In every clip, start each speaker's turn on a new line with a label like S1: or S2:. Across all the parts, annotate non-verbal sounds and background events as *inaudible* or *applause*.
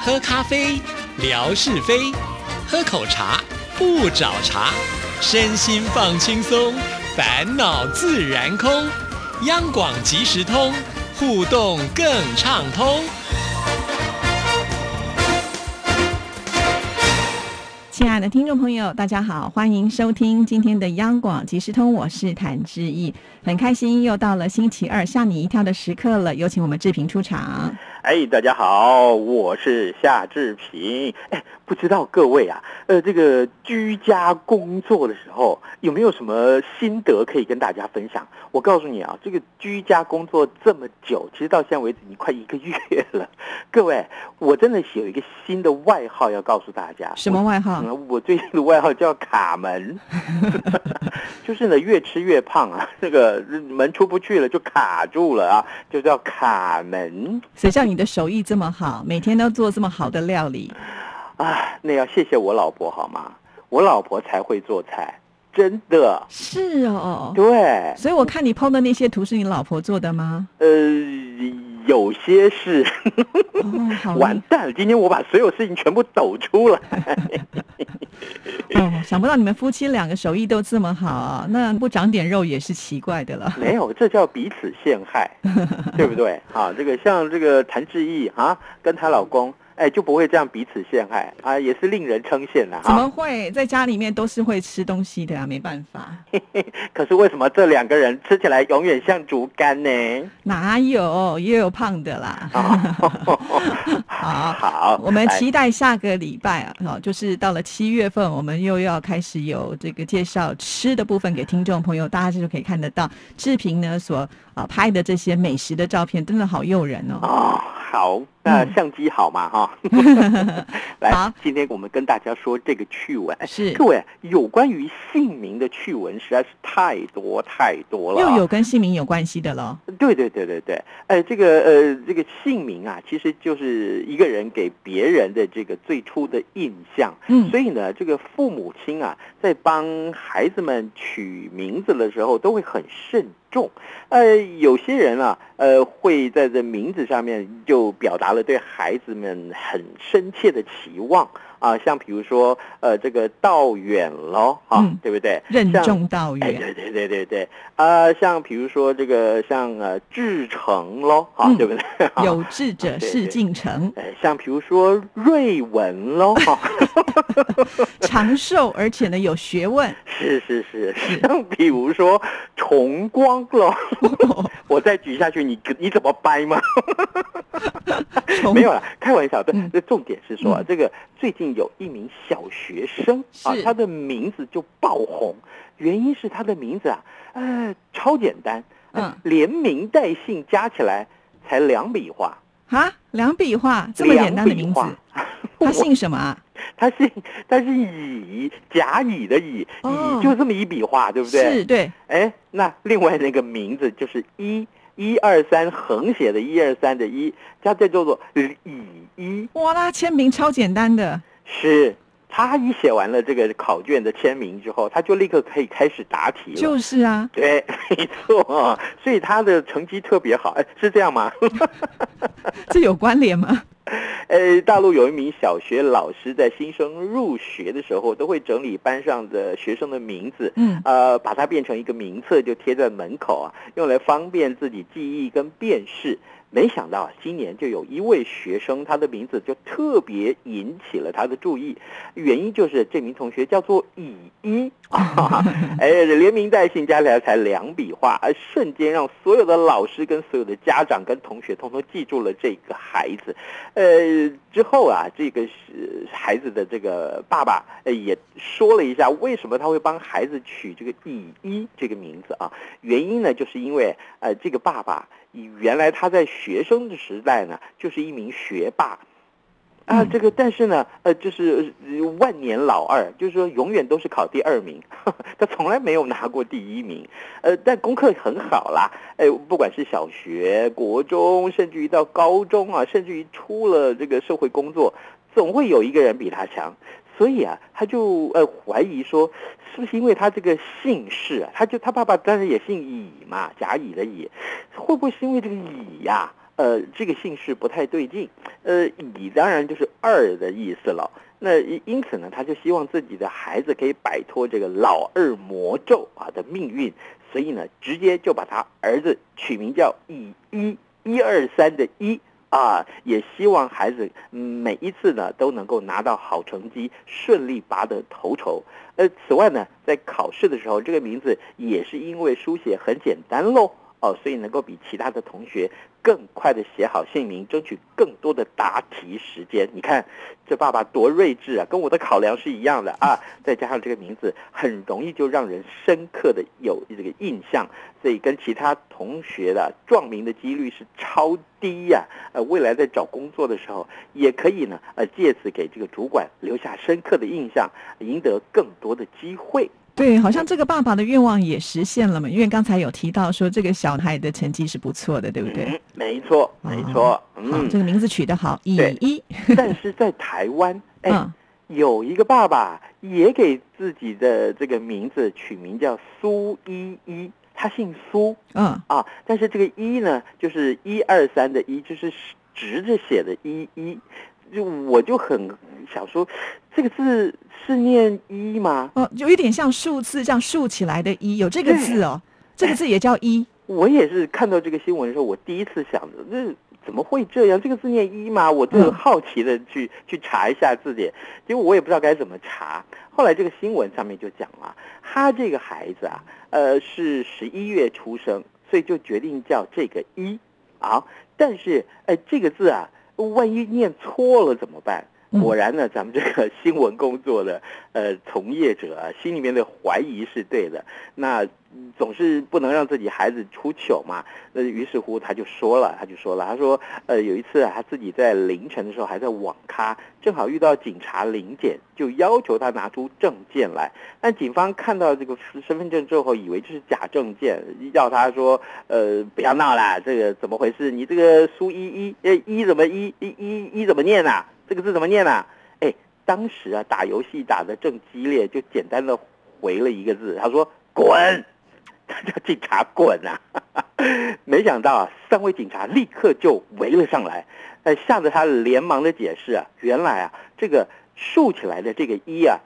S1: 喝咖啡，聊是非；喝口茶，不找茬。身心放轻松，烦恼自然空。央广即时通，互动更畅通。
S2: 亲爱的听众朋友，大家好，欢迎收听今天的央广即时通，我是谭志毅，很开心又到了星期二吓你一跳的时刻了，有请我们志平出场。
S3: 哎，大家好，我是夏志平。哎，不知道各位啊，呃，这个居家工作的时候有没有什么心得可以跟大家分享？我告诉你啊，这个居家工作这么久，其实到现在为止你快一个月了。 *laughs* 各位，我真的有一个新的外号要告诉大家。
S2: 什么外号？
S3: 嗯，我最近的外号叫卡门， *laughs* 就是呢越吃越胖啊，这个门出不去了就卡住了啊，就叫卡门
S2: 谁叫你的手艺这么好，每天都做这么好的料理？
S3: 啊。那要谢谢我老婆好吗？我老婆才会做菜，真的。
S2: 是哦，
S3: 对，
S2: 所以我看你 PO 的那些图是你老婆做的吗？
S3: 呃，有些是
S2: 哦，好厉
S3: *laughs* 完蛋了，今天我把所有事情全部抖
S2: *laughs*
S3: 出来。
S2: 哦，想不到你们夫妻两个手艺都这么好、啊那不长点肉也是奇怪的了。
S3: 没有，这叫彼此陷害，
S2: *laughs*
S3: 对不对？啊，这个像这个谭志毅啊，跟她老公，哎，就不会这样彼此陷害啊，也是令人称羡啊的
S2: 怎
S3: 哈、
S2: 么会在家里面都是会吃东西的啊？没办法，
S3: 可是为什么这两个人吃起来永远像竹竿呢？
S2: 哪有也有胖的啦。 *laughs*
S3: 啊，
S2: 好，
S3: 好，哎
S2: 我们
S3: 来
S2: 期待下个礼拜啊，好，就是到了七月份，我们又要开始有这个介绍吃的部分给听众朋友，大家就可以看得到志平呢所啊、拍的这些美食的照片，真的好诱人哦。
S3: 哦，好，那
S2: 嗯
S3: 相机好嘛
S2: *laughs*
S3: 哈、
S2: 好
S3: 来，今天我们跟大家说这个趣闻。哎
S2: 是
S3: 各，位，有关于姓名的趣闻实在是太多太多了啊、
S2: 又有跟姓名有关系的喽。
S3: 对对对对对，哎，这个呃，这个姓名啊，其实就是一个人给别人的这个最初的印象。
S2: 嗯
S3: 所以呢，这个父母亲啊，在帮孩子们取名字的时候，都会很慎重。呃，有些人啊，呃，会在这名字上面就表达了对孩子们很深切的期望啊，像比如说，呃，这个道远喽，啊，
S2: 嗯
S3: 对不对？
S2: 任
S3: 像
S2: 重道
S3: 哎，
S2: 远，
S3: 对对对对对，啊，像比如说这个，像呃，至诚喽，啊，
S2: 嗯
S3: 对不对？啊
S2: 有志者
S3: 啊对
S2: 事
S3: 对
S2: 竟成，
S3: 哎，像比如说瑞文喽，哈
S2: 长寿，而且呢有学问。
S3: 是是是，像比如说崇
S2: *laughs*
S3: 光喽，我再举下去，你你怎么掰吗？
S2: 从
S3: 没有啦，开玩笑的
S2: 哦嗯。
S3: 这重点是说啊
S2: 嗯，
S3: 这个最近有一名小学生啊
S2: 是，
S3: 他的名字就爆红，原因是他的名字啊，呃，超简单，呃
S2: 嗯
S3: 连名带姓加起来才两笔画。
S2: 啊，两笔画这么简单的名字
S3: 两笔，
S2: 他姓什么啊？
S3: *laughs* 他是他是乙甲乙的乙，
S2: 哦
S3: 乙就这么一笔画，对不对？
S2: 是，对，
S3: 哎，那另外那个名字就是一一二三横写的一二三的一，它这叫做乙一，
S2: 哇，那他签名超简单的，
S3: 是他一写完了这个考卷的签名之后，他就立刻可以开始答题了。
S2: 就是啊， *laughs*
S3: 对，没错，所以他的成绩特别好，哎，是这样吗？ *laughs*
S2: 这有关联吗？
S3: 呃，大陆有一名小学老师在新生入学的时候，都会整理班上的学生的名字，
S2: 嗯，
S3: 呃，把它变成一个名册，就贴在门口啊，用来方便自己记忆跟辨识。没想到啊今年就有一位学生，他的名字就特别引起了他的注意，原因就是这名同学叫做乙一啊，哎，连名带姓加起来才两笔画，而瞬间让所有的老师跟所有的家长跟同学通通记住了这个孩子。呃，之后啊，这个是孩子的这个爸爸呃也说了一下，为什么他会帮孩子取这个乙一这个名字啊？原因呢，就是因为呃，这个爸爸原来他在学生的时代呢，就是一名学霸。啊，
S2: 嗯
S3: 这个但是呢，呃，就是呃万年老二，就是说永远都是考第二名， *laughs* 他从来没有拿过第一名。呃，但功课很好啦，哎，不管是小学、国中，甚至于到高中啊，甚至于出了这个社会工作，总会有一个人比他强。所以啊，他就呃怀疑说，是不是因为他这个姓氏啊，他就他爸爸当然也姓乙嘛，甲乙的乙，会不会是因为这个乙呀、呃，这个姓氏不太对劲，呃，乙当然就是二的意思了。那因因此呢，他就希望自己的孩子可以摆脱这个老二魔咒啊的命运，所以呢，直接就把他儿子取名叫乙一一二三的一啊，也希望孩子嗯每一次呢都能够拿到好成绩，顺利拔得头筹。呃，此外呢，在考试的时候，这个名字也是因为书写很简单喽。哦，所以能够比其他的同学更快的写好姓名，争取更多的答题时间。你看，这爸爸多睿智啊，跟我的考量是一样的啊。再加上这个名字，很容易就让人深刻的有这个印象，所以跟其他同学的撞名的几率是超低呀、呃，未来在找工作的时候，也可以呢，呃，借此给这个主管留下深刻的印象，赢得更多的机会。
S2: 对，好像这个爸爸的愿望也实现了嘛，因为刚才有提到说这个小孩的成绩是不错的，对不对？
S3: 嗯，没错，没错。
S2: 好，
S3: 嗯
S2: 这，个名字取得好，乙
S3: 对
S2: 一，
S3: 但是在台
S2: *laughs*
S3: 湾，哎，
S2: 嗯，
S3: 有一个爸爸也给自己的这个名字取名叫苏依依，他姓苏
S2: 嗯，
S3: 啊，但是这个一呢，就是一二三的一，就是直着写的一一，就我就很想说，这个字是念一吗？
S2: 哦，有一点像数字这样竖起来的“一”，有这个字哦，这个字也叫“一
S3: 我也是看到这个新闻的时候，我第一次想着，这怎么会这样？这个字念一吗？我就
S2: 嗯
S3: 好奇的去去查一下字典，结果我也不知道该怎么查。后来这个新闻上面就讲了，他这个孩子啊，呃，是十一月出生，所以就决定叫这个一啊。但是，哎、这个字啊，万一念错了怎么办？
S2: 嗯
S3: 果然呢，咱们这个新闻工作的呃从业者啊，心里面的怀疑是对的。那嗯总是不能让自己孩子出糗嘛。那于是乎他就说了，他就说了，他说，呃，有一次啊，他自己在凌晨的时候还在网咖，正好遇到警察临检，就要求他拿出证件来。但警方看到这个身份证之后，以为这是假证件，要他说，呃，不要闹啦，这个怎么回事？你这个苏一一，呃，一怎么一一一一怎么念呐、这个字怎么念呐、哎，当时啊，打游戏打得正激烈，就简单的回了一个字，他说滚。 *laughs* 他叫警察滚啊！ *laughs* 没想到啊，三位警察立刻就围了上来，呃，吓得他连忙的解释啊，原来啊，这个竖起来的这个“一”啊，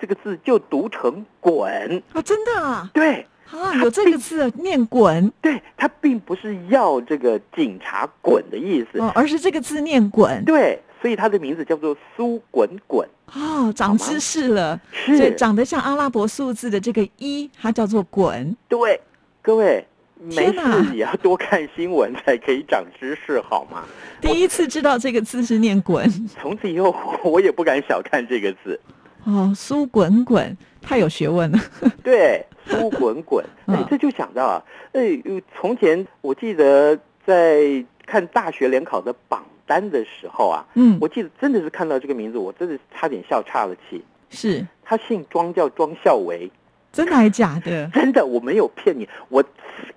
S3: 这个字就读成“滚”，”
S2: 哦，真的啊，
S3: 对。
S2: 啊，有这个字哦念“
S3: *laughs*
S2: 滚
S3: 对，他并不是要这个警察滚的意”，思，
S2: 哦，而是这个字念“滚
S3: 对，所以他的名字叫做苏滚滚，”，
S2: 哦，长知识了，所以
S3: 是，
S2: 长得像阿拉伯数字的这个“一”，它叫做“滚
S3: 对，各位没
S2: 天哪
S3: 事也要多看新闻才可以长知识，好吗？”，
S2: 第一次知道这个字是念“滚”。
S3: 从此以后， *laughs* 我也不敢小看这个字。
S2: 哦，苏滚滚，太有学问了。
S3: 对，苏滚滚，哎
S2: 嗯，
S3: 这就想到啊，哎，从前我记得在看大学联考的榜单的时候啊，
S2: 嗯，
S3: 我记得真的是看到这个名字，我真的是差点笑岔了气。
S2: 是
S3: 他姓庄，叫庄孝维，
S2: 真的还假的？
S3: 真的，我没有骗你，我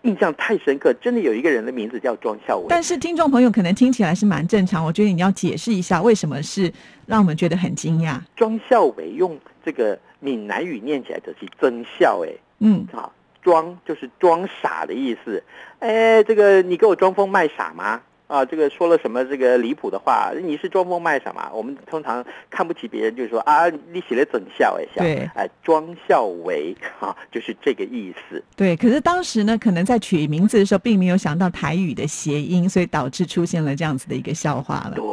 S3: 印象太深刻，真的有一个人的名字叫庄孝维。
S2: 但是听众朋友可能听起来是蛮正常，我觉得你要解释一下为什么是让我们觉得很惊讶。
S3: 庄孝维用这个闽南语念起来就是真孝，哎，
S2: 嗯，
S3: 啊，装就是装傻的意思。哎，这个你给我装疯卖傻吗？啊，这个说了什么这个离谱的话？你是装疯卖傻吗？我们通常看不起别人，就说啊，你写的整笑哎，笑
S2: 对
S3: 哎，装笑为啊，就是这个意思。
S2: 对。可是当时呢，可能在取名字的时候，并没有想到台语的谐音，所以导致出现了这样子的一个笑话了
S3: 对，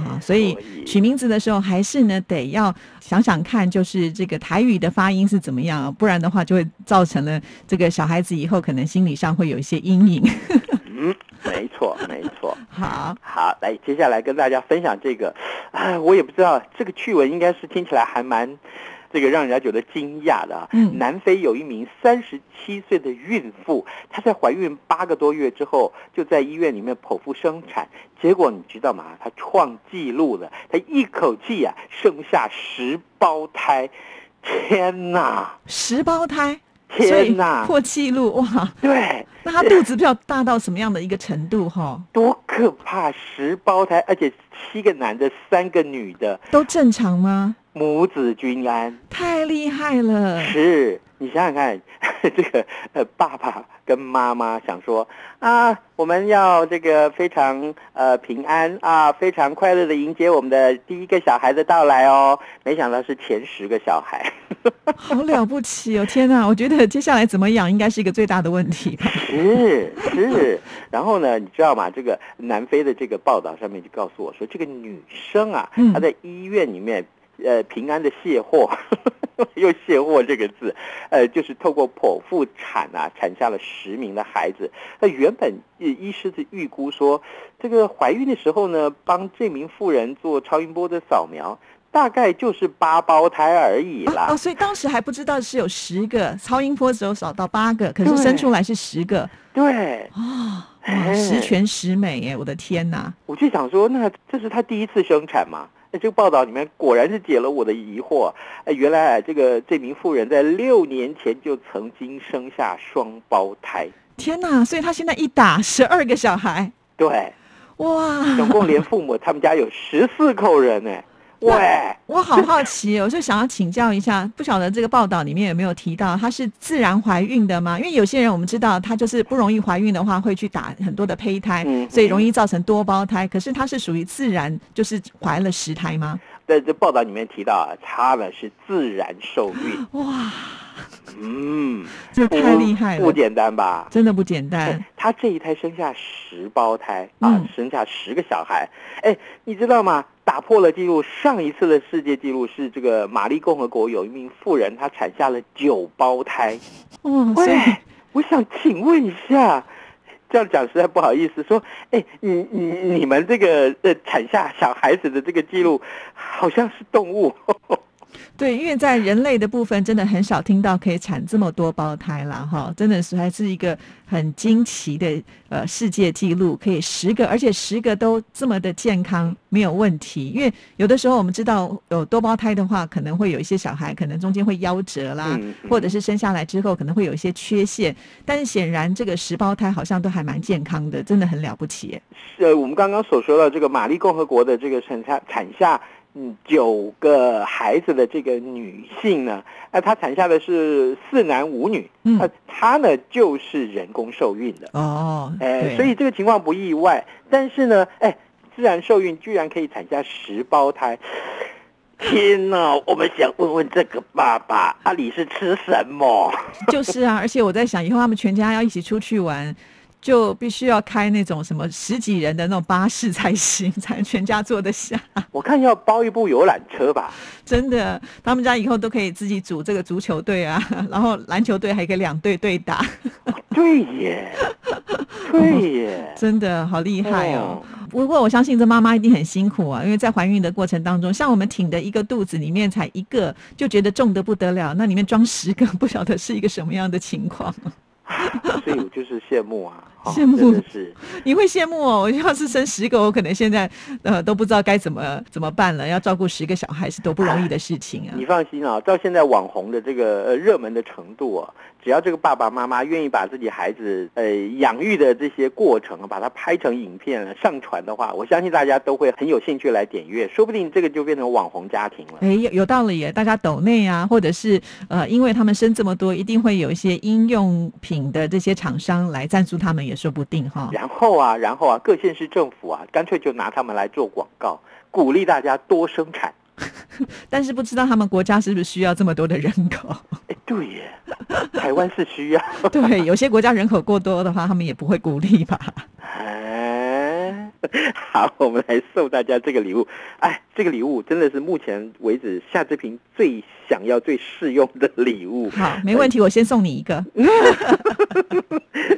S2: 啊。所以
S3: 所以
S2: 取名字的时候，还是呢得要想想看，就是这个台语的发音是怎么样，啊不然的话就会造成了这个小孩子以后可能心理上会有一些阴影。 *laughs*
S3: 嗯，没错，没错。
S2: 好，
S3: 好，来，接下来跟大家分享这个， *sighs* 哎，我也不知道这个趣闻应该是听起来还蛮，这个让人家觉得惊讶的啊。
S2: 嗯
S3: 南非有一名三十七岁的孕妇，她在怀孕八个多月之后，就在医院里面剖腹生产，结果你知道吗？她创纪录了，她一口气啊生下十胞胎，天哪，
S2: 十胞胎，所以
S3: 天哪，
S2: 破纪录哇！
S3: 对。
S2: 那他肚子比较大到什么样的一个程度哈？
S3: 多可怕！十胞胎，而且七个男的，三个女的，
S2: 都正常吗？
S3: 母子均安。
S2: 太厉害了！
S3: *laughs* 是你想想看，这个呃，爸爸跟妈妈想说啊，我们要这个非常呃平安啊，非常快乐的迎接我们的第一个小孩的到来哦。没想到是前十个小孩，
S2: 好了不起哦！天哪，我觉得接下来怎么养应该是一个最大的问题吧。
S3: 是是。然后呢，你知道吗？这个南非的这个报道上面就告诉我说，这个女生啊
S2: 嗯，
S3: 她在医院里面呃平安的卸货。 *laughs* 用“卸货”这个字，呃，就是透过剖腹产啊，产下了十名的孩子。那原本呃医师是预估说，这个怀孕的时候呢，帮这名妇人做超音波的扫描，大概就是八胞胎而已啦。
S2: *laughs* 哦，所以当时还不知道是有十个，超音波只有找到八个，可是生出来是十个
S3: 对，
S2: 哦，哇，
S3: 哎
S2: 十全十美耶！我的天哪，
S3: 我就想说，那这是她第一次生产吗？那这个报道里面果然是解了我的疑惑。哎，原来啊这个这名妇人在六年前就曾经生下双胞胎，
S2: 天哪！所以他现在一打十二个小孩，
S3: 对，
S2: 哇！
S3: 总共连父母他们家有十四口
S2: *laughs*
S3: 人呢。喂，
S2: 我好好奇哦，我就想要请教一下，不晓得这个报道里面有没有提到她是自然怀孕的吗？因为有些人我们知道，她就是不容易怀孕的话，会去打很多的胚胎，
S3: 嗯
S2: 所以容易造成多胞胎。可是她是属于自然，就是怀了十胎吗？
S3: 在这报道里面提到啊，他们是自然受孕，
S2: 哇，
S3: 嗯，
S2: 这 *laughs* 太厉害
S3: 不不
S2: 了，
S3: 简单吧？
S2: 真的不简单
S3: 哎。他这一胎生下十胞胎啊，
S2: 嗯
S3: 生下十个小孩，哎，你知道吗？打破了记录，上一次的世界纪录是这个马利共和国有一名妇人，她产下了九胞胎。
S2: 哇，所
S3: 喂
S2: 以，
S3: 我想请问一下，这样讲实在不好意思，说，哎，你你你们这个呃产下小孩子的这个记录，好像是动物，
S2: 对，因为在人类的部分，真的很少听到可以产这么多胞胎啦，哈，真的是还是一个很惊奇的呃世界纪录，可以十个，而且十个都这么的健康，没有问题。因为有的时候我们知道有多胞胎的话，可能会有一些小孩可能中间会夭折啦，
S3: 嗯嗯
S2: 或者是生下来之后可能会有一些缺陷，但是显然这个十胞胎好像都还蛮健康的，真的很了不起耶。
S3: 呃，我们刚刚所说的这个玛丽共和国的这个产下产下嗯九个孩子的这个女性呢，那、她产下的是四男五女，
S2: 嗯
S3: 她她呢就是人工受孕的，
S2: 哦，
S3: 哎，
S2: 对
S3: 所以这个情况不意外，但是呢，哎，自然受孕居然可以产下十胞胎。天呐，我们想问问这个爸爸，阿里是吃什么？
S2: 就是啊，而且我在想，以后他们全家要一起出去玩，就必须要开那种什么十几人的那种巴士才行，才能全家坐得下。
S3: 我看要包一部游览车吧。
S2: 真的，他们家以后都可以自己组这个足球队啊，然后篮球队还可以两队对打，
S3: 对
S2: *laughs*
S3: 耶，对耶，
S2: 真的好厉害哦。不过我相信这妈妈一定很辛苦啊，因为在怀孕的过程当中，像我们挺的一个肚子里面才一个，就觉得重得不得了，那里面装十个，不晓得是一个什么样的情况。
S3: *laughs* 所以我就是羡慕啊，哦
S2: 羡慕
S3: 真的是
S2: 你会羡慕哦！我要是生十个，我可能现在呃都不知道该怎么怎么办了。要照顾十个小孩是多不容易的事情啊！
S3: 你放心啊，到现在网红的这个呃热门的程度啊，只要这个爸爸妈妈愿意把自己孩子呃养育的这些过程啊，把它拍成影片上传的话，我相信大家都会很有兴趣来点阅，说不定这个就变成网红家庭了。
S2: 哎，有有道理耶！大家抖内啊，或者是呃，因为他们生这么多，一定会有一些应用品的这些厂商来赞助他们，也说不定哈。
S3: 然后啊，然后啊，各县市政府啊，干脆就拿他们来做广告，鼓励大家多生产。
S2: 但是不知道他们国家是不是需要这么多的人口？
S3: 哎，对耶，台湾是需要。
S2: 对，有些国家人口过多的话，他们也不会鼓励吧？
S3: 哎， *laughs* 好，我们来送大家这个礼物。哎，这个礼物真的是目前为止夏志平最想要、最适用的礼物。
S2: 好，没问题，我先送你一个，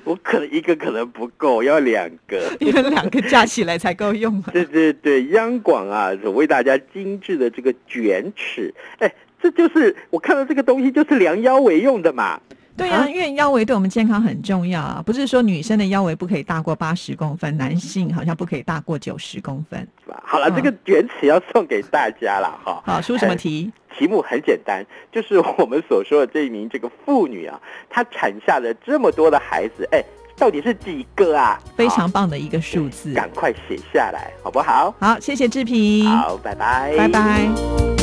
S3: 我可能一个可能不够，要两个。
S2: 因为两个加起来才够用啊。
S3: 对对对，央广啊，为大家精致的这个卷尺，哎，这就是我看到这个东西就是量腰围用的嘛。
S2: 对呀、
S3: 啊
S2: 因为腰围对我们健康很重要啊，不是说女生的腰围不可以大过八十公分，男性好像不可以大过九十公分。
S3: 是吧好了，
S2: 嗯
S3: 这个卷尺要送给大家了哈。
S2: 好，出什么
S3: 哎
S2: 题？
S3: 题目很简单，就是我们所说的这一名这个妇女啊，她产下了这么多的孩子，哎，到底是几个啊？
S2: 非
S3: 好
S2: 常棒的一个数字。
S3: 赶快写下来，好不好？
S2: 好，谢谢志平，
S3: 好，拜拜，
S2: 拜拜。